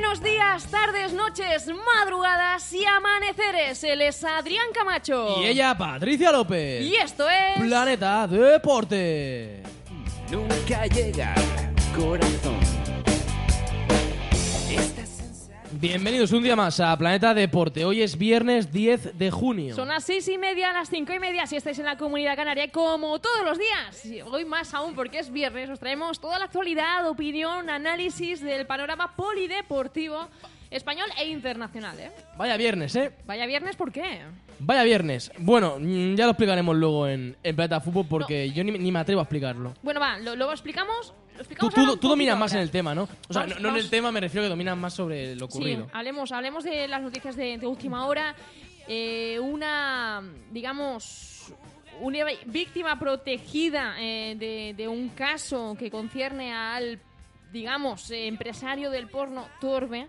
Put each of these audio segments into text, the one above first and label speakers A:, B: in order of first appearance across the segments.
A: Buenas tardes, noches, madrugadas y amaneceres. Él es Adrián Camacho.
B: Y ella, Patricia López.
A: Y esto es.
B: Planeta Deporte.
C: Nunca llega, corazón. Esta sensación-
B: Bienvenidos un día más a Planeta Deporte. Hoy es viernes 10 de junio.
A: Son las seis y media, las cinco y media si estáis en la comunidad canaria, y como todos los días. y Hoy más aún porque es viernes, os traemos toda la actualidad, opinión, análisis del panorama polideportivo español e internacional. ¿eh?
B: Vaya viernes, ¿eh?
A: Vaya viernes, ¿por qué?
B: Vaya viernes. Bueno, mm, ya lo explicaremos luego en, en Planeta Fútbol porque yo ni, ni me atrevo a explicarlo.
A: Bueno, va, lo, lo explicamos. lo
B: Tú,
A: explicamos
B: tú,
A: ahora
B: tú
A: un
B: dominas
A: poquito
B: más en
A: ahora.
B: el tema, ¿no? O sea,
A: Vamos-
B: no, no en el
A: vamos-
B: tema me refiero que dominas más sobre lo ocurrido.
A: Sí, hablemos, hablemos de las noticias de, de última hora. Eh, una, digamos, una víctima protegida eh, de, de un caso que concierne al, digamos, eh, empresario del porno Torbe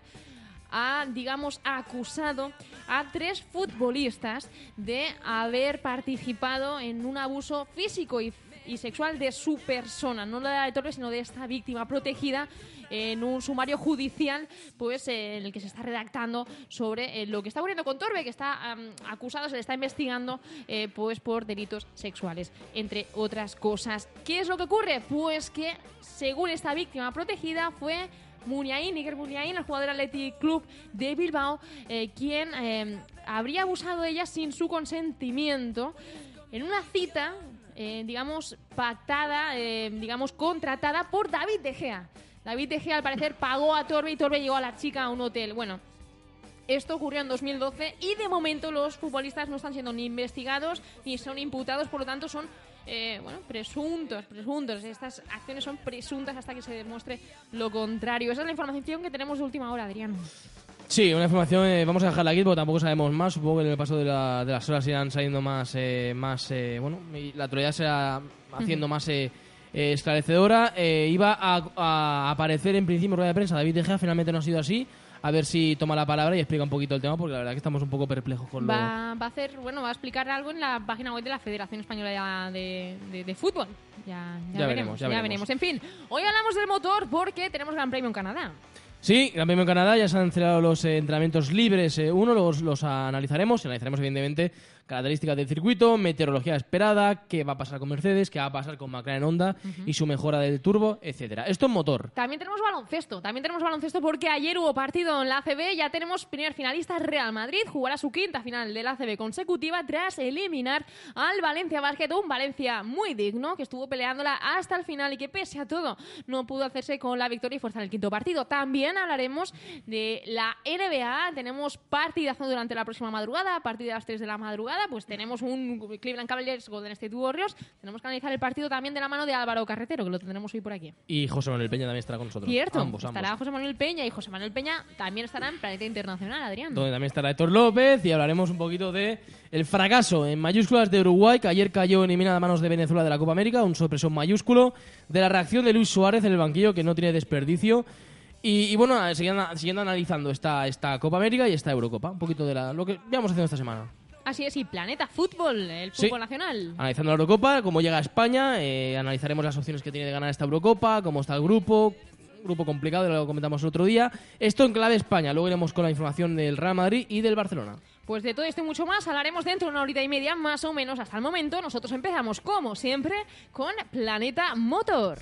A: ha, digamos, acusado a tres futbolistas de haber participado en un abuso físico y, y sexual de su persona, no la de Torre, sino de esta víctima protegida en un sumario judicial, pues eh, en el que se está redactando sobre eh, lo que está ocurriendo con Torbe, que está am, acusado, se le está investigando eh, pues por delitos sexuales, entre otras cosas. ¿Qué es lo que ocurre? Pues que, según esta víctima protegida, fue Muniain, Iker Muniain, el jugador del Athletic Club de Bilbao, eh, quien eh, habría abusado de ella sin su consentimiento en una cita, eh, digamos, pactada, eh, digamos, contratada por David De Gea. David De Gea, al parecer, pagó a Torbe y Torbe llegó a la chica a un hotel. Bueno, esto ocurrió en 2012 y de momento los futbolistas no están siendo ni investigados ni son imputados, por lo tanto son eh, bueno, presuntos, presuntos. Estas acciones son presuntas hasta que se demuestre lo contrario. Esa es la información que tenemos de última hora, Adrián.
B: Sí, una información eh, vamos a dejarla aquí porque tampoco sabemos más. Supongo que en el paso de, la- de las horas irán saliendo más, eh, más eh, bueno, y la actualidad será haciendo más eh, eh, esclarecedora. Eh, iba a, a aparecer en principio en rueda de prensa David De Gea, finalmente no ha sido así. A ver si toma la palabra y explica un poquito el tema porque la verdad que estamos un poco perplejos con lo...
A: Va, va a hacer, bueno, va a explicar algo en la página web de la Federación Española de, de- de Fútbol. Ya, ya,
B: Ya veremos,
A: veremos,
B: ya
A: ya veremos.
B: veremos.
A: En fin, hoy hablamos del motor porque tenemos Gran Premio en Canadá.
B: Sí, Gran Premio en Canadá, ya se han cerrado los eh, entrenamientos libres. eh, uno los, los analizaremos, y analizaremos evidentemente características del circuito, meteorología esperada, qué va a pasar con Mercedes, qué va a pasar con McLaren Honda y su mejora del turbo, etcétera. Esto es motor.
A: También tenemos baloncesto, también tenemos baloncesto porque ayer hubo partido en la ACB, ya tenemos primer finalista Real Madrid, jugará su quinta final de la ACB consecutiva tras eliminar al Valencia Basket, un Valencia muy digno que estuvo peleándola hasta el final y que pese a todo no pudo hacerse con la victoria y forzar el quinto partido. También hablaremos de la NBA, tenemos partidazo durante la próxima madrugada, a partir de las 3 de la madrugada, pues tenemos un Cleveland Cavaliers Golden State Warriors, tenemos que analizar el partido también de la mano de Álvaro Carretero, que lo tendremos hoy por aquí.
B: Y José Manuel Peña también estará con nosotros.
A: Cierto,
B: Ambos,
A: estará
B: ambos.
A: José Manuel Peña y José Manuel Peña también estará en Planeta Internacional, Adrián.
B: Donde también estará Héctor López y hablaremos un poquito de el fracaso en mayúsculas de Uruguay, que ayer cayó eliminada a manos de Venezuela de la Copa América, un sorpresón mayúsculo, de la reacción de Luis Suárez en el banquillo, que no tiene desperdicio. Y, y bueno, siguiendo, siguiendo analizando esta, esta Copa América y esta Eurocopa, un poquito de la, lo que llevamos haciendo esta semana.
A: Así es, y Planeta Fútbol, el
B: Sí.
A: fútbol nacional.
B: Analizando la Eurocopa, cómo llega a España, eh, analizaremos las opciones que tiene de ganar esta Eurocopa, cómo está el grupo, grupo complicado, ya lo comentamos el otro día. Esto en clave España, luego iremos con la información del Real Madrid y del Barcelona.
A: Pues de todo esto y mucho más hablaremos dentro de una horita y media, más o menos hasta el momento. Nosotros empezamos, como siempre, con Planeta Motor.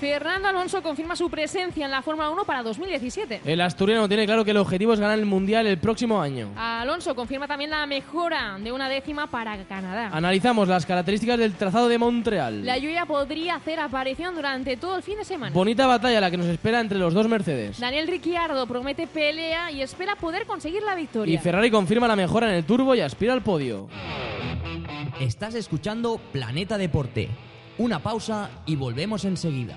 A: Fernando Alonso confirma su presencia en la Fórmula 1 para 2017.
B: El asturiano tiene claro que el objetivo es ganar el Mundial el próximo año.
A: Alonso confirma también la mejora de una décima para Canadá.
B: Analizamos las características del trazado de
A: La
B: Montreal.
A: lluvia podría hacer aparición durante todo el fin de semana.
B: Bonita batalla la que nos espera entre los dos Mercedes.
A: Daniel Ricciardo promete pelea y espera poder conseguir la
B: Y
A: victoria.
B: Ferrari confirma la mejora en el turbo y aspira al podio.
D: Estás escuchando Planeta Deporte. Una pausa y volvemos enseguida.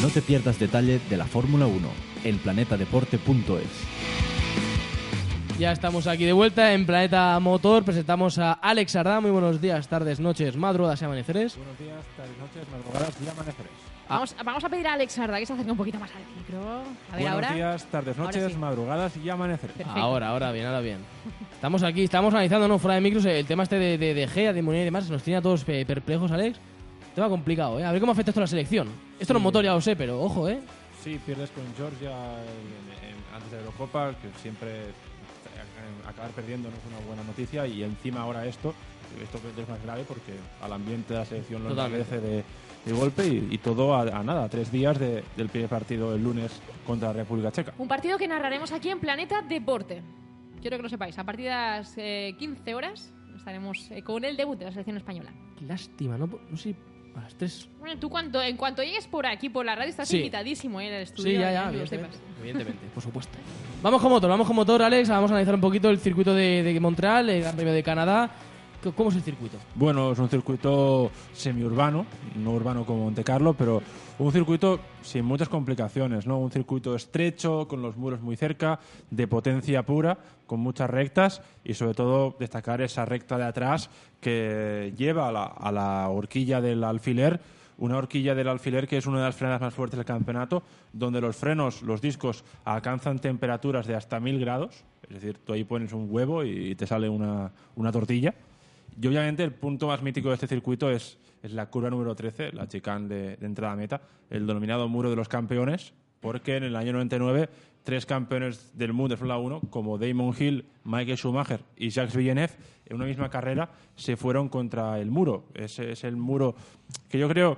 E: No te pierdas detalle de la Fórmula 1 en planetadeporte.es.
B: Ya estamos aquí de vuelta en Planeta Motor. Presentamos a Alex Ardá. Muy buenos días, tardes, noches, madrugadas y amaneceres.
F: Buenos días, tardes, noches, madrugadas y amaneceres.
B: ah.
A: Vamos, vamos a pedir a Alex Arda que se acerque un poquito más al micro. A ver
F: Buenos
A: ahora.
F: días, tardes,
A: Ahora
F: noches,
A: sí.
F: madrugadas y amaneceres.
A: Perfecto.
B: Ahora, ahora bien, ahora bien. Estamos aquí, estamos analizando, ¿no? Fuera de micros, el tema este de, de, de Gea, de Munir y demás. Nos tiene a todos eh, perplejos, Alex. Tema complicado, ¿eh? A ver cómo afecta esto a la selección. Esto no es motor, ya lo sé, pero ojo, ¿eh?
F: Sí, pierdes con Georgia en- en- antes de la Eurocopa, que siempre eh, acabar perdiendo no es una buena noticia, y encima ahora esto, esto que es más grave porque al ambiente de la selección lo
B: Totalmente.
F: enardece de, de golpe y, y todo a, a nada, a tres días de- del primer partido el lunes contra la República Checa.
A: Un partido que narraremos aquí en Planeta Deporte. Quiero que lo sepáis. A partir de las eh, 15 horas estaremos eh, con el debut de la selección española.
B: Qué lástima, no, no sé, a las tres.
A: Bueno, tú cuanto, en cuanto llegues por aquí, por la radio, estás
B: Sí.
A: invitadísimo ¿eh? en el estudio.
B: Sí, ya,
A: eh, que
B: ya,
A: lo
B: evidentemente,
A: sepas.
B: evidentemente, por supuesto. Vamos con motor, vamos con motor, Alex. Vamos a analizar un poquito el circuito de, de Montreal, el Gran Premio de Canadá. C- ¿Cómo es el circuito?
F: Bueno, es un circuito semiurbano, no urbano como Monte Carlo, pero un circuito sin muchas complicaciones, ¿no? Un circuito estrecho, con los muros muy cerca, de potencia pura, con muchas rectas y sobre todo destacar esa recta de atrás que lleva a la, a la horquilla del alfiler, una horquilla del alfiler que es una de las frenadas más fuertes del campeonato, donde los frenos, los discos, alcanzan temperaturas de hasta 1000 grados, es decir, tú ahí pones un huevo y te sale una, una tortilla. Y obviamente el punto más mítico de este circuito es, es la curva número 13, la chicane de, de entrada a meta, el denominado muro de los campeones, porque en el año 99 tres campeones del mundo de Fórmula 1, como Damon Hill, Michael Schumacher y Jacques Villeneuve, en una misma carrera se fueron contra el muro. Ese es el muro que yo creo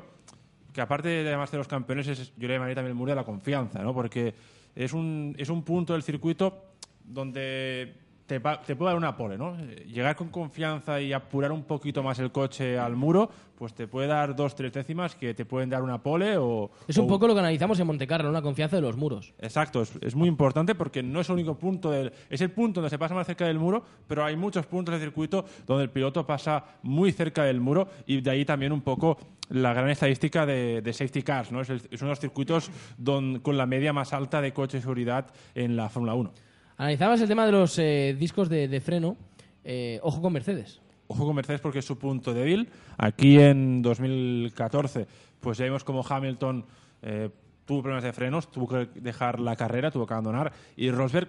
F: que aparte de, además de los campeones, es- yo le llamaría también el muro de la confianza, ¿no? Porque es un, es un punto del circuito donde te, pa- te puede dar una pole, ¿no? Eh, Llegar con confianza y apurar un poquito más el coche al muro, pues te puede dar dos, tres décimas que te pueden dar una pole o...
B: Es un
F: o-
B: poco lo que analizamos en Monte Carlo, ¿no? la confianza de los muros.
F: Exacto, es, es muy importante porque no es el único punto del, es el punto donde se pasa más cerca del muro, pero hay muchos puntos del circuito donde el piloto pasa muy cerca del muro y de ahí también un poco la gran estadística de, de safety cars, ¿no? Es, el- es uno de los circuitos don- con la media más alta de coches de seguridad en la Fórmula 1.
B: Analizabas el tema de los eh, discos de, de freno. Eh, ojo con Mercedes.
F: Ojo con Mercedes porque es su punto débil. Aquí en 2014, pues ya vimos como Hamilton eh, tuvo problemas de frenos, tuvo que dejar la carrera, tuvo que abandonar. Y Rosberg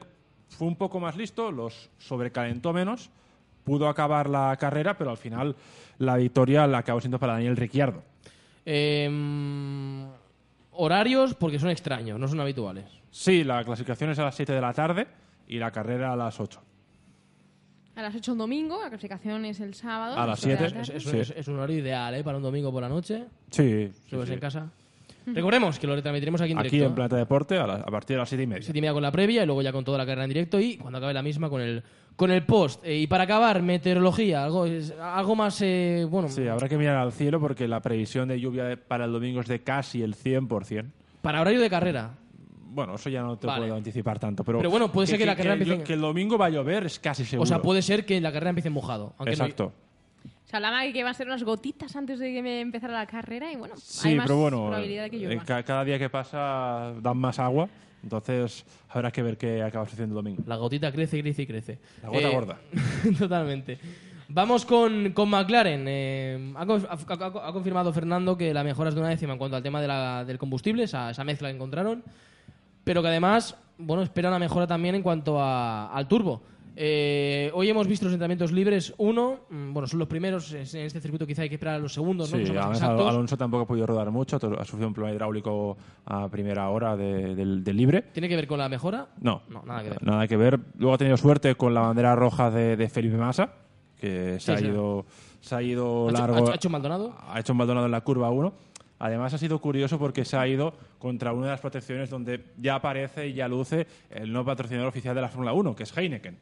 F: fue un poco más listo, los sobrecalentó menos, pudo acabar la carrera, pero al final la victoria la acabó siendo para Daniel Ricciardo.
B: Eh, horarios, porque son extraños, no son habituales.
F: Sí, la clasificación es a las 7 de la tarde y la carrera a las 8.
A: A las 8 un domingo, la clasificación es el sábado.
F: A las
A: siete de la
F: siete.
A: tarde.
B: Es, es-
F: Sí.
B: es- es un horario ideal ¿eh? para un domingo por la noche.
F: Sí,
B: Si vas en casa. Recordemos que lo retransmitiremos aquí en
F: aquí
B: directo.
F: en Plata Deporte a, la- a partir de las 7 y media.
B: Siete y media con la previa y luego ya con toda la carrera en directo y cuando acabe la misma con el con el post. Eh, y para acabar, meteorología, algo, es- algo más eh, bueno
F: Sí, habrá que mirar al cielo porque la previsión de lluvia de- para el domingo es de casi el 100%.
B: para horario de carrera.
F: Bueno, eso ya no te
B: Vale.
F: puedo anticipar tanto. Pero,
B: Pero bueno, puede ser que la carrera
F: el-
B: empiece-
F: que el domingo va a llover, es casi seguro.
B: O sea, puede ser que la carrera empiece mojado. Aunque no-
F: Exacto.
A: Se hablaba que van a ser unas gotitas antes de que me empezara la carrera y bueno, hay
F: Sí,
A: más
F: pero bueno,
A: probabilidad de que
F: eh,
A: llueva.
F: ca- cada día que pasa dan más agua. Entonces habrá que ver qué acaba sucediendo el domingo.
B: La gotita crece, crece y crece. Eh,
F: La gota gorda.
B: Totalmente. Vamos con, con McLaren. Eh, ha, con- ha- ha- ha confirmado Fernando que la mejora es de una décima en cuanto al tema de la- del combustible, esa, esa mezcla que encontraron. Pero que además, bueno, espera una mejora también en cuanto a- al turbo. Eh, hoy hemos visto los entrenamientos libres. Uno, mm, bueno, son los primeros. es- En este circuito quizá hay que esperar a los segundos, ¿no? Que
F: Sí,
B: son más
F: además,
B: exactos.
F: Al- Alonso tampoco ha podido rodar mucho. to- Ha sufrido un problema hidráulico a primera hora de- del- del libre.
B: ¿Tiene que ver con la mejora?
F: No,
B: No, nada que ver.
F: Nada que ver. Luego ha tenido suerte con la bandera roja de, de Felipe Massa, que
B: Sí,
F: se ha
B: sí.
F: ido, se ha ido
B: ¿Ha hecho-
F: largo. Ah,
B: ha hecho Maldonado?
F: Ha hecho un Maldonado en la curva 1. Además ha sido curioso porque se ha ido contra una de las protecciones donde ya aparece y ya luce el no patrocinador oficial de la Fórmula 1, que es Heineken.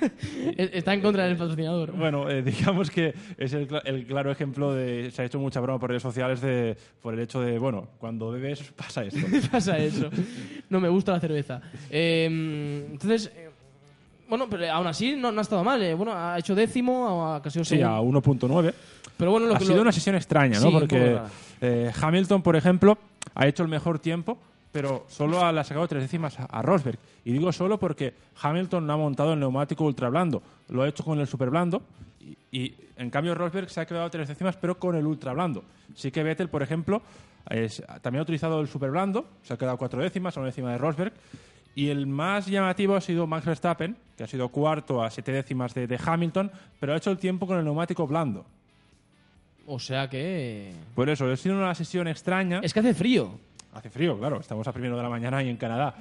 B: E- Está en contra del patrocinador.
F: eh, Bueno, eh, digamos que es el, cla- el claro ejemplo de... Se ha hecho mucha broma por redes sociales de, por el hecho de, bueno, cuando bebes pasa esto.
B: ¿Qué pasa eso? No me gusta la cerveza. Eh, entonces, eh, bueno, pero aún así no, no ha estado mal. eh. Bueno, ha hecho décimo, ha casi un
F: Sí, a
B: segundo.
F: 1.9.
B: Pero bueno, lo
F: ha
B: que-
F: sido
B: lo-
F: una sesión extraña,
B: Sí,
F: ¿no?
B: un poco
F: Porque
B: rara.
F: eh, Hamilton, por ejemplo, ha hecho el mejor tiempo, pero solo ha- le ha sacado tres décimas a, a Rosberg. Y digo solo porque Hamilton no ha montado el neumático ultra blando, lo ha hecho con el super blando. Y, y, en cambio Rosberg se ha quedado tres décimas, pero con el ultra blando. Sí que Vettel, por ejemplo, es- también ha utilizado el super blando, se ha quedado cuatro décimas, a una décima de Rosberg. Y el más llamativo ha sido Max Verstappen, que ha sido cuarto a siete décimas de, de Hamilton, pero ha hecho el tiempo con el neumático blando.
B: O sea que...
F: Por eso, ha sido una sesión extraña.
B: Es que hace frío.
F: Hace frío, claro, estamos a primero de la mañana y en Canadá.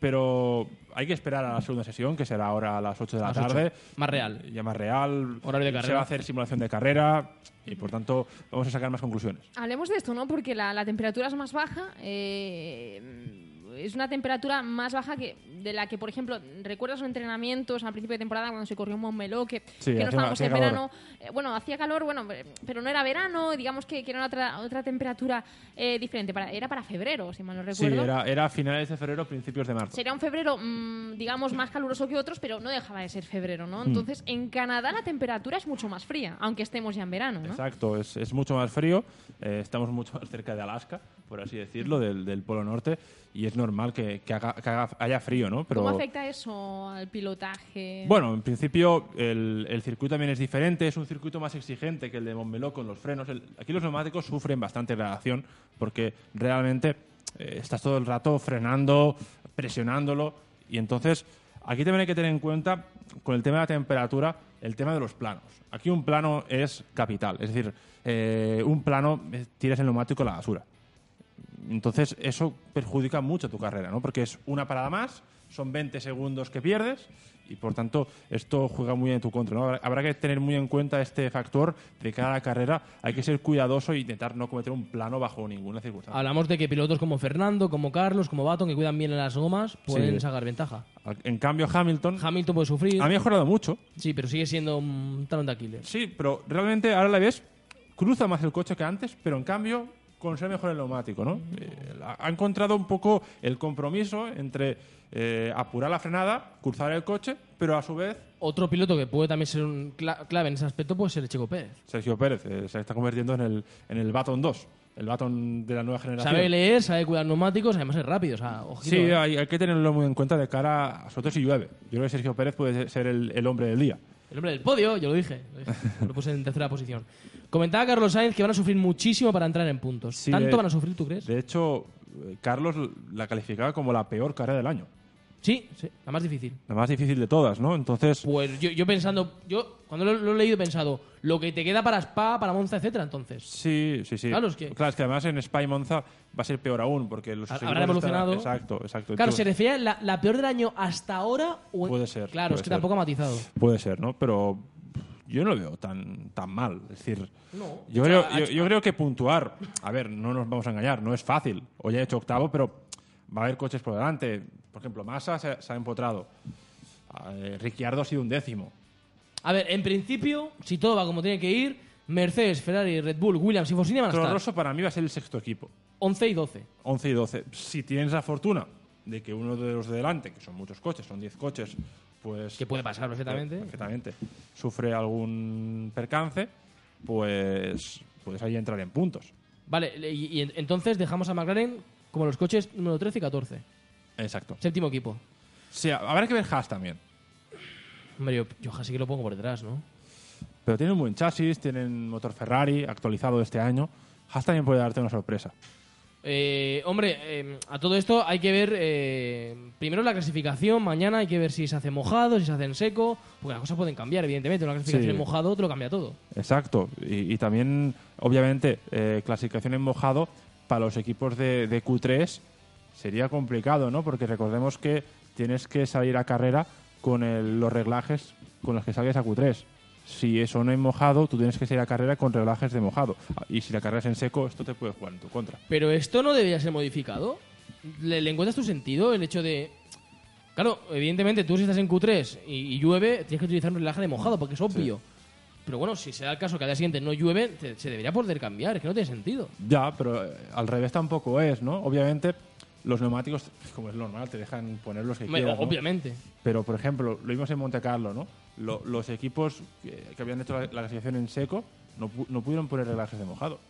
F: Pero hay que esperar a la segunda sesión, que será ahora a las 8 de la
B: Las ocho.
F: tarde.
B: Más real.
F: Ya más real.
B: Horario de
F: Se
B: carrera.
F: va a hacer simulación de carrera y por tanto vamos a sacar más conclusiones.
A: Hablemos de esto, ¿no? Porque la, la temperatura es más baja. eh, es una temperatura más baja que de la que, por ejemplo, recuerdas los entrenamientos al principio de temporada cuando se corrió en Montmeló, que, que
F: Sí, hacía-
A: no estábamos
F: hacía
A: en
F: calor.
A: verano. Eh, bueno, hacía calor, bueno, eh, pero no era verano, digamos que, que era otra, otra temperatura eh, diferente. Para, era para febrero, si mal no
F: Sí,
A: recuerdo.
F: era, era a finales de febrero, principios de marzo.
A: Sería un febrero, mm, digamos, más caluroso que otros, pero no dejaba de ser febrero,
F: Mm.
A: ¿no? Entonces, en Canadá la temperatura es mucho más fría, aunque estemos ya en verano, ¿no?
F: Exacto, es, es mucho más frío, eh, estamos mucho más cerca de Alaska, por así decirlo, del, del Polo Norte, y es normal que, que haga- que haga- haya frío, ¿no? Pero,
A: ¿Cómo afecta eso al pilotaje?
F: Bueno, en principio el, el circuito también es diferente, es un circuito más exigente que el de Montmeló con los frenos. El- aquí los neumáticos sufren bastante gradación porque realmente eh, estás todo el rato frenando, presionándolo y entonces aquí también hay que tener en cuenta con el tema de la temperatura, el tema de los planos. Aquí un plano es capital, es decir, eh, un plano eh, tiras el neumático a la basura. Entonces, eso perjudica mucho tu carrera, ¿no? Porque es una parada más, son 20 segundos que pierdes y, por tanto, esto juega muy en tu contra, ¿no? Habrá- Habrá que tener muy en cuenta este factor de cada carrera. Hay que ser cuidadoso e intentar no cometer un plano bajo ninguna circunstancia.
B: Hablamos de que pilotos como Fernando, como Carlos, como Baton, que cuidan bien las gomas, pueden
F: Sí.
B: sacar ventaja.
F: En cambio, Hamilton
B: Hamilton puede sufrir.
F: ha mejorado mucho,
B: Sí, pero sigue siendo un talón de Aquiles.
F: sí, pero realmente ahora la ves, cruza más el coche que antes, pero en cambio conserva mejor el neumático, ¿no? Eh, ha- ha encontrado un poco el compromiso entre eh, apurar la frenada, cruzar el coche, pero a su vez
B: Otro piloto que puede también ser un cla- clave en ese aspecto puede ser el Checo Pérez.
F: Sergio Pérez eh, se está convirtiendo en el, en el Baton 2, el Baton de la nueva generación.
B: Sabe leer, sabe cuidar neumáticos, además es rápido. O sea, ojito,
F: Sí,
B: eh.
F: hay, hay que tenerlo muy en cuenta de cara a sobre todo si llueve. Yo creo que Sergio Pérez puede ser el, el hombre del día.
B: El hombre del podio, yo lo dije. Lo, dije. Lo puse en tercera posición. Comentaba Carlos Sainz que van a sufrir muchísimo para entrar en puntos.
F: Sí,
B: ¿Tanto
F: de-
B: van a sufrir, tú crees?
F: De hecho, eh, Carlos la calificaba como la peor carrera del año,
B: Sí, sí, la más difícil.
F: la más difícil de todas, ¿no? Entonces,
B: Pues yo, yo pensando, yo cuando lo, lo he leído he pensado, lo que te queda para Spa, para Monza, etcétera, entonces.
F: sí, sí, sí.
B: Claro, es que-
F: además en Spa y Monza va a ser peor aún, porque los
B: Ha-
F: equipos
B: habrá evolucionado.
F: estarán- Exacto, exacto.
B: Claro, ¿se
F: Entonces-
B: refiere a la, la peor del año hasta ahora? o-
F: Puede ser,
B: Claro,
F: puede
B: es que
F: ser.
B: tampoco ha matizado.
F: Puede ser, ¿no? Pero yo no lo veo tan, tan mal. Es decir,
B: No.
F: yo,
B: O sea,
F: creo,
B: ha
F: yo,
B: hecho-
F: yo creo que puntuar, a ver, no nos vamos a engañar, no es fácil. Hoy ha hecho octavo, pero va a haber coches por delante. Por ejemplo, Massa se, se ha empotrado. Eh, Ricciardo ha sido un décimo.
B: A ver, en principio, si todo va como tiene que ir, Mercedes, Ferrari, Red Bull, Williams y Fosini van a
F: Toro
B: estar
F: Rosso para mí va a ser el sexto equipo.
B: 11 y 12.
F: 11 y 12. Si tienes la fortuna de que uno de los de delante, que son muchos coches, son 10 coches, pues...
B: Que puede pasar perfectamente.
F: perfectamente, Sufre algún percance, pues puedes ahí entrar en puntos.
B: Vale, le- y, y en- entonces dejamos a McLaren como los coches número 13 y 14.
F: Exacto.
B: Séptimo equipo.
F: Sí, habrá que ver Haas también.
B: Hombre, yo, yo casi que lo pongo por detrás, ¿no?
F: Pero tienen un buen chasis, tienen motor Ferrari actualizado este año. Haas también puede darte una sorpresa.
B: Eh, hombre, eh, a todo esto hay que ver eh, primero la clasificación. Mañana hay que ver si se hace mojado, si se hace en seco. Porque las cosas pueden cambiar, evidentemente. Una clasificación
F: Sí.
B: en mojado te lo cambia todo.
F: Exacto. Y, y también, obviamente, eh, clasificación en mojado para los equipos de, de Q3 sería complicado, ¿no? Porque recordemos que tienes que salir a carrera con el- los reglajes con los que salgas a Q3. si eso no es mojado, tú tienes que salir a carrera con reglajes de mojado. Ah, Y si la carrera es en seco, esto te puede jugar en tu contra.
B: Pero esto no debería ser modificado. ¿Le, le encuentras tu sentido el hecho de.? Claro, evidentemente tú si estás en Q3 y, y llueve, tienes que utilizar un relaje de mojado porque es obvio. Pero bueno, si se da el caso que al día siguiente no llueve, te- se debería poder cambiar, es que no tiene sentido.
F: Ya, pero eh, al revés tampoco es, ¿no? Obviamente, los neumáticos, como es normal, te dejan poner los que
B: Hombre,
F: quieras. ¿no?
B: Obviamente.
F: Pero, por ejemplo, lo vimos en Monte Carlo, ¿no? Lo- los equipos que, que habían hecho la, la clasificación en seco no, pu- no pudieron poner reglajes de mojado.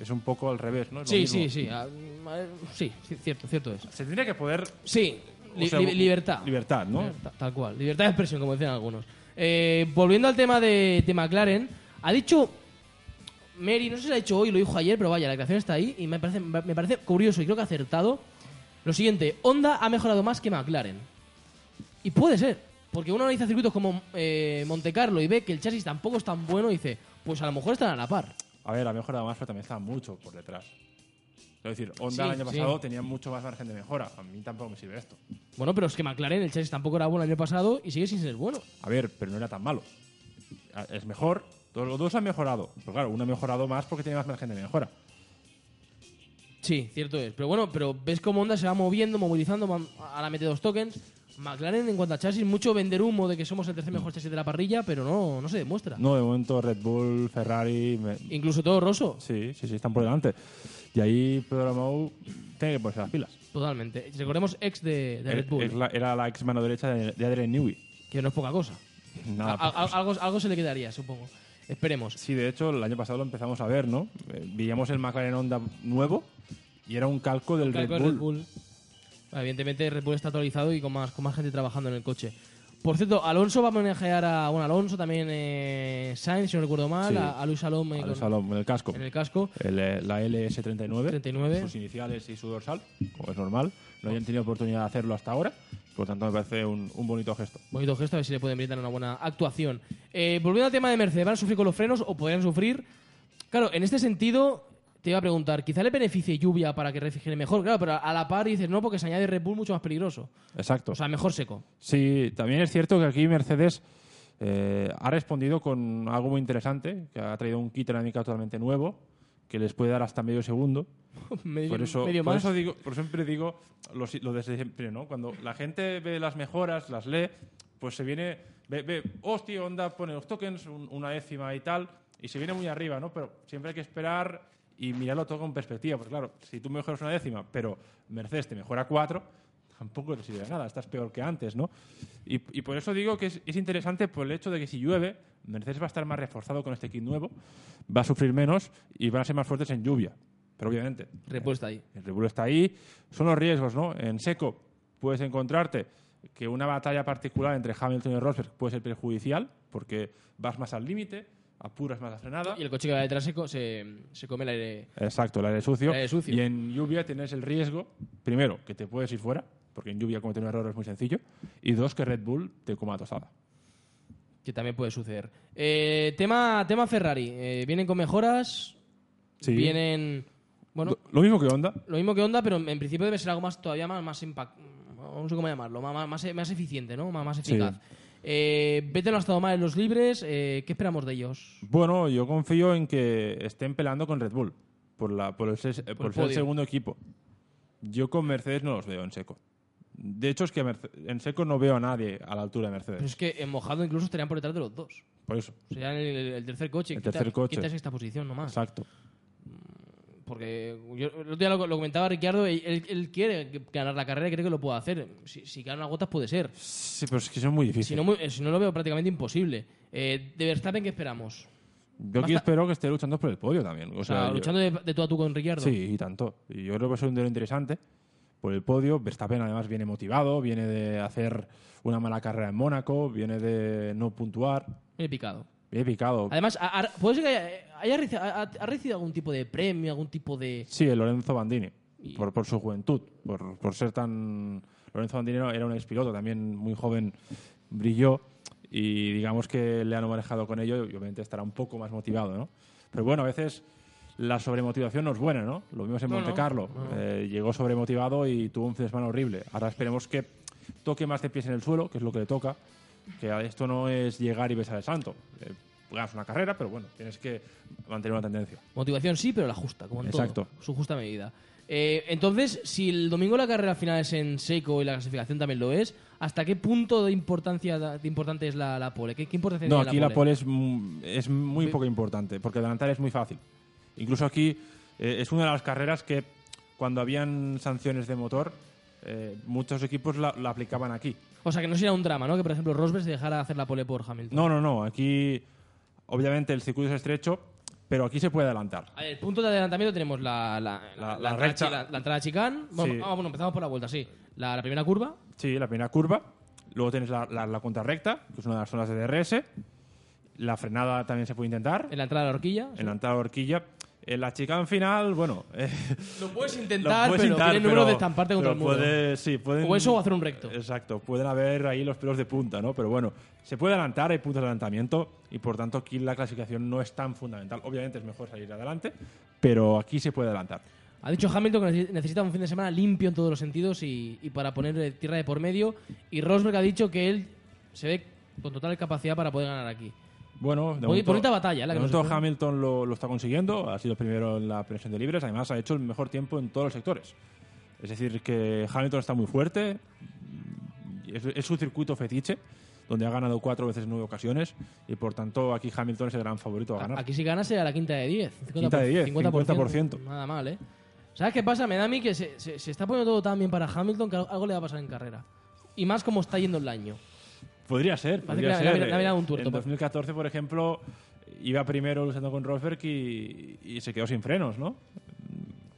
F: Es un poco al revés, ¿no? Es lo
B: Sí,
F: mismo.
B: sí, sí, ah, ah, sí. Sí, cierto, cierto es.
F: Se tendría que poder...
B: Sí, li-
F: o sea,
B: li- libertad.
F: Libertad, ¿no?
B: Libertad, tal cual. Libertad de expresión, como decían algunos. Eh, volviendo al tema de, de McLaren, ha dicho Mary, no sé si lo ha dicho hoy, lo dijo ayer, pero vaya, la creación está ahí y me parece, me parece curioso y creo que acertado. Lo siguiente, Honda ha mejorado más que McLaren. Y puede ser, porque uno analiza circuitos como eh, Monte Carlo y ve que el chasis tampoco es tan bueno y dice, pues a lo mejor están a la par.
F: A ver, a lo mejor además, pero también estaba mucho por detrás. Es decir, Honda el
B: Sí,
F: año
B: sí.
F: pasado tenía mucho más margen de mejora. A mí tampoco me sirve esto.
B: Bueno, pero es que McLaren, el chasis tampoco era bueno el año pasado y sigue sin ser bueno.
F: A ver, pero no era tan malo. A- Es mejor. Todos los dos han mejorado. Pero claro, uno ha mejorado más porque tiene más margen de mejora.
B: Sí, cierto es. Pero bueno, pero ves cómo Honda se va moviendo, movilizando, man- ahora mete dos tokens. McLaren, en cuanto a chasis, mucho vender humo de que somos el tercer mejor chasis de la parrilla, pero no, no se demuestra.
F: No, de momento Red Bull, Ferrari. me-
B: Incluso todo roso.
F: Sí, sí, sí, están por delante. Y ahí Pedro Amau tiene que ponerse las pilas.
B: Totalmente. Recordemos ex de, de
F: Es-
B: Red Bull,
F: es la- era la ex mano derecha de, de Adrian Newey.
B: que no es poca cosa.
F: Nada,
B: A- a- algo, algo se le quedaría, supongo. Esperemos.
F: Sí, de hecho, el año pasado lo empezamos a ver, ¿no? Eh, Veíamos el McLaren Honda nuevo y era un calco del
B: Calco
F: Red
B: de
F: Bull.
B: Red Bull. Ah, Evidentemente Red Bull está actualizado y con más, con más gente trabajando en el coche. Por cierto, Alonso va a homenajear a... Bueno, Alonso también eh, Sainz, si no recuerdo mal,
F: Sí.
B: a, a Luis Salom, eh,
F: Al
B: con-
F: salón, en el casco.
B: en el casco.
F: El, eh, la LS39,
B: 39.
F: sus iniciales y su dorsal, como es normal. No hayan tenido oportunidad de hacerlo hasta ahora, por lo tanto me parece un, un bonito gesto.
B: Bonito gesto, a ver si le pueden brindar una buena actuación. Eh, volviendo al tema de Mercedes, ¿van a sufrir con los frenos o podrían sufrir? Claro, en este sentido, te iba a preguntar, quizá le beneficie lluvia para que refrigere mejor, claro, pero a la par dices no, porque se añade Red Bull mucho más peligroso.
F: Exacto.
B: O sea, mejor seco.
F: sí, también es cierto que aquí Mercedes eh, ha respondido con algo muy interesante, que ha traído un kit dinámica totalmente nuevo, que les puede dar hasta medio segundo.
B: medio,
F: Por eso,
B: medio
F: por
B: más.
F: eso digo, por siempre digo lo, si- lo de siempre, ¿no? Cuando la gente ve las mejoras, las lee, pues se viene, ve, ve hostia, onda, pone los tokens, un- una décima y tal, y se viene muy arriba, ¿no? Pero siempre hay que esperar y mirarlo todo con perspectiva, porque claro, si tú mejoras una décima, pero Mercedes te mejora cuatro, tampoco te sirve de nada, estás peor que antes, ¿no? Y, y por eso digo que es, es interesante por el hecho de que si llueve, Mercedes va a estar más reforzado con este kit nuevo, va a sufrir menos y van a ser más fuertes en lluvia. Pero obviamente,
B: Respuesta ahí.
F: el Red Bull está ahí. Son los riesgos, ¿no? En seco puedes encontrarte que una batalla particular entre Hamilton y Rosberg puede ser perjudicial porque vas más al límite, apuras más la frenada.
B: Y el coche que va detrás se, co- se, se come el aire.
F: Exacto, el aire, sucio.
B: El aire sucio.
F: Y en lluvia tienes el riesgo, primero, que te puedes ir fuera, porque en lluvia cometer un error es muy sencillo, y dos, que Red Bull te coma tostada.
B: Que también puede suceder. Eh, tema, tema Ferrari. Eh, vienen con mejoras. Vienen. Bueno,
F: Lo- Lo mismo que Honda,
B: Lo mismo que Honda, pero en en principio debe ser algo más todavía más, más impact- No sé cómo llamarlo, más, más, más eficiente, ¿no? Más, más eficaz. Eh, Vettel no ha estado mal en los libres. eh, ¿Qué esperamos de ellos?
F: Bueno, yo confío en que estén pelando con Red Bull por, la, por, el ses- eh, por
B: el
F: ser el
B: podio.
F: segundo equipo. Yo con Mercedes no los veo en seco. De hecho, es que Merce- en seco no veo a nadie a la altura de
B: Pero
F: Mercedes.
B: es que en mojado incluso estarían por detrás de los dos.
F: Por eso.
B: Serían el, el tercer coche.
F: El
B: quinta-
F: tercer coche.
B: quinta y sexta posición nomás.
F: Exacto.
B: Porque yo, el otro día lo, lo comentaba Ricciardo, él, él- él quiere ganar la carrera y cree que lo puede hacer. Si, si gana gotas puede ser.
F: Sí, pero es que son muy
B: Si
F: difíciles.
B: no, muy- eh, si no lo veo prácticamente imposible. Eh, de Verstappen, ¿qué esperamos?
F: yo aquí
B: basta-
F: espero que esté luchando por el podio también. O
B: O sea,
F: sea, yo-
B: luchando de, de tú a tú con Ricciardo.
F: Sí, y tanto. Y yo creo que es un duelo interesante por el podio. Verstappen además viene motivado, viene de hacer una mala carrera en Mónaco, viene de no puntuar,
B: Viene picado.
F: viene picado.
B: Además, ha- ha- puede ser que haya, eh, haya reci- ha, ha- ha recibido algún tipo de premio, algún tipo de...
F: Sí, el Lorenzo Bandini, por, por su juventud, por, por ser tan... Lorenzo Bandini era un expiloto, también muy joven, brilló y digamos que le han manejado con ello y obviamente estará un poco más motivado, ¿no? Pero bueno, a veces la sobremotivación no es buena, ¿no? Lo vimos en
B: No,
F: Monte
B: no,
F: Carlo, Eh, llegó sobremotivado y tuvo un fin de semana horrible. Ahora esperemos que toque más de pies en el suelo, que es lo que le toca, Que esto no es llegar y besar el santo. Eh, ganas una carrera, pero bueno, tienes que mantener una tendencia.
B: Motivación sí, pero la justa, como en todo,
F: Exacto.
B: su justa medida. Eh, entonces, si el domingo la carrera final es en seco y la clasificación también lo es, ¿hasta qué punto de importancia da- de importante es la, la pole? ¿Qué, qué importancia
F: No,
B: tiene
F: aquí la pole es, mu- es muy poco importante, porque adelantar es muy fácil. Incluso aquí eh, es una de las carreras que cuando habían sanciones de motor, eh, muchos equipos la, la aplicaban aquí.
B: O sea, que no sería un drama, ¿no? Que por ejemplo Rosberg se dejara hacer la pole por Hamilton.
F: No, no, no, aquí obviamente el circuito es estrecho, pero aquí se puede adelantar.
B: A ver, el punto de adelantamiento tenemos la, la,
F: La- la
B: entrada
F: recta.
B: chi- la- la entrada a chicán. Bueno,
F: Sí.
B: ah, bueno, empezamos por la vuelta, sí. La, la primera curva.
F: Sí, la primera curva, luego tienes la, la, la contrarrecta, que es una de las zonas de DRS, la frenada también se puede intentar,
B: En la entrada a la horquilla.
F: en la entrada de horquilla. En la chicana final, bueno, eh,
B: Lo puedes
F: Lo
B: intentar,
F: puedes
B: pero
F: intentar,
B: tiene número
F: pero-
B: de estamparte contra el
F: pero
B: muro.
F: puede- sí, pueden-
B: O eso o hacer un recto.
F: Exacto, pueden haber ahí los pelos de punta, ¿no? Pero bueno, se puede adelantar, hay puntos de adelantamiento y por tanto aquí la clasificación no es tan fundamental. Obviamente es mejor salir adelante, pero aquí se puede adelantar.
B: Ha dicho Hamilton que nece- necesita un fin de semana limpio en todos los sentidos y, y para poner eh, tierra de por medio. Y Rosberg ha dicho que él se ve con total capacidad para poder ganar aquí.
F: Bueno, de
B: Boni- bonita batalla, la
F: de
B: que nos
F: momento
B: espera.
F: Hamilton lo, lo está consiguiendo, ha sido primero en la presión de libres, además ha hecho el mejor tiempo en todos los sectores. Es decir, que Hamilton está muy fuerte, y es, es su circuito fetiche, donde ha ganado cuatro veces en nueve ocasiones, y por tanto aquí Hamilton es el gran favorito a ganar.
B: Ah, Aquí si gana será la quinta de 10. 50%,
F: Quinta de 10, 50%.
B: Nada mal, ¿eh? ¿Sabes qué pasa? Me da a mí que se, se- se está poniendo todo tan bien para Hamilton que algo- algo le va a pasar en carrera. Y más como está yendo el año.
F: Podría ser,
B: Parece
F: podría
B: que le ha-
F: ser.
B: le ha mirado un
F: Eh,
B: tuerto, pues.
F: En
B: pero-
F: 2014, por ejemplo, iba primero luchando con Rosberg y, y se quedó sin frenos, ¿no?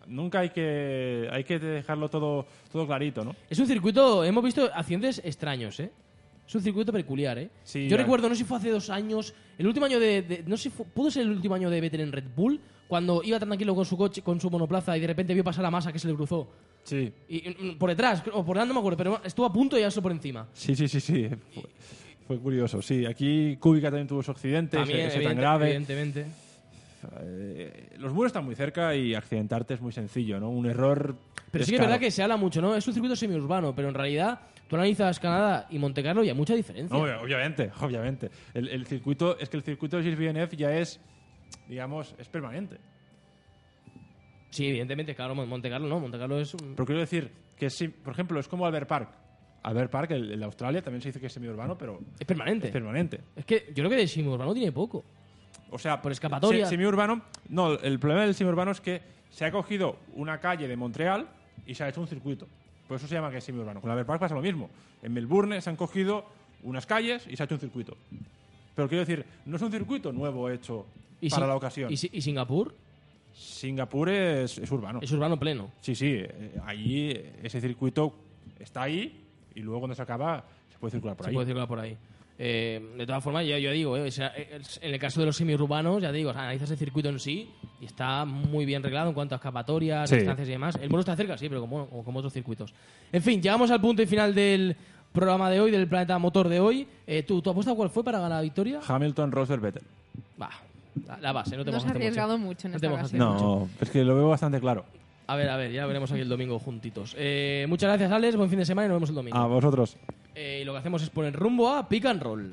F: Nunca hay que, hay que dejarlo todo, todo clarito, ¿no?
B: Es un circuito, hemos visto accidentes extraños, ¿eh? Es un circuito peculiar, ¿eh?
F: Sí,
B: Yo
F: ya.
B: recuerdo, no sé si fue hace dos años, el último año de, de- no sé, si fue- pudo ser el último año de Vettel en Red Bull, cuando iba tan tranquilo con su coche, con su monoplaza y de repente vio pasar la masa que se le cruzó
F: Sí,
B: y mm, por detrás o por delante no me acuerdo, pero estuvo a punto y ya solo por encima.
F: sí, sí, sí. sí. Fue, fue curioso, sí. Aquí Kubica también tuvo su accidente, ese- ese tan
B: evidente-
F: grave.
B: evidentemente.
F: Eh, los muros están muy cerca y accidentarte es muy sencillo, ¿no? Un error.
B: Pero sí que es verdad que se habla mucho, ¿no? Es un circuito semiurbano, pero en realidad tú analizas Canadá y Monte Carlo y hay mucha diferencia.
F: No, eh. obviamente, obviamente. El, el circuito, es que el circuito de Gilles Villeneuve ya es, digamos, es permanente.
B: Sí, evidentemente, claro, Mon- Monte Carlo no, Monte Carlo es un-
F: Pero quiero decir que sí, por ejemplo, es como Albert Park. Albert Park, el, el de Australia, también se dice que es semiurbano, pero
B: es permanente.
F: es permanente.
B: Es que yo creo que de semiurbano tiene poco.
F: O sea,
B: Por escapatoria.
F: se- Semiurbano, no, el problema del semiurbano es que se ha cogido una calle de Montreal y se ha hecho un circuito. Por eso se llama que es semiurbano. Con Albert Park pasa lo mismo. En Melbourne se han cogido unas calles y se ha hecho un circuito. Pero quiero decir, no es un circuito nuevo hecho
B: Y
F: para
B: Sin-
F: la ocasión.
B: Y, Si- y Singapur
F: Singapur es, es urbano.
B: es urbano pleno.
F: Sí, sí, eh, allí eh, ese circuito está ahí y luego cuando se acaba se puede circular por
B: se
F: ahí.
B: puede circular por ahí. Eh, de todas formas, yo, yo digo, eh, o sea, eh, el- en el caso de los semiurbanos, ya te digo, o sea, analizas el circuito en sí y está muy bien reglado en cuanto a escapatorias,
F: Sí.
B: distancias y demás. El muro está cerca, sí, pero como, como- como otros circuitos. En fin, llegamos al punto y final del programa de hoy, del planeta motor de hoy. Eh, ¿tú, ¿Tu apuesta cuál fue para ganar la victoria?
F: Hamilton, Rosberg, Vettel.
B: Va, la, la base, no te
A: No has
B: mojaste
A: arriesgado mucho en
B: No
A: esta
B: te
A: ocasión.
B: mojaste mucho.
F: No, es que lo veo bastante claro.
B: A ver, a ver, ya veremos aquí el domingo juntitos. Eh, muchas gracias, Alex. Buen fin de semana y nos vemos el domingo.
F: A vosotros.
B: Eh, y lo que hacemos es poner rumbo a Pick and Roll.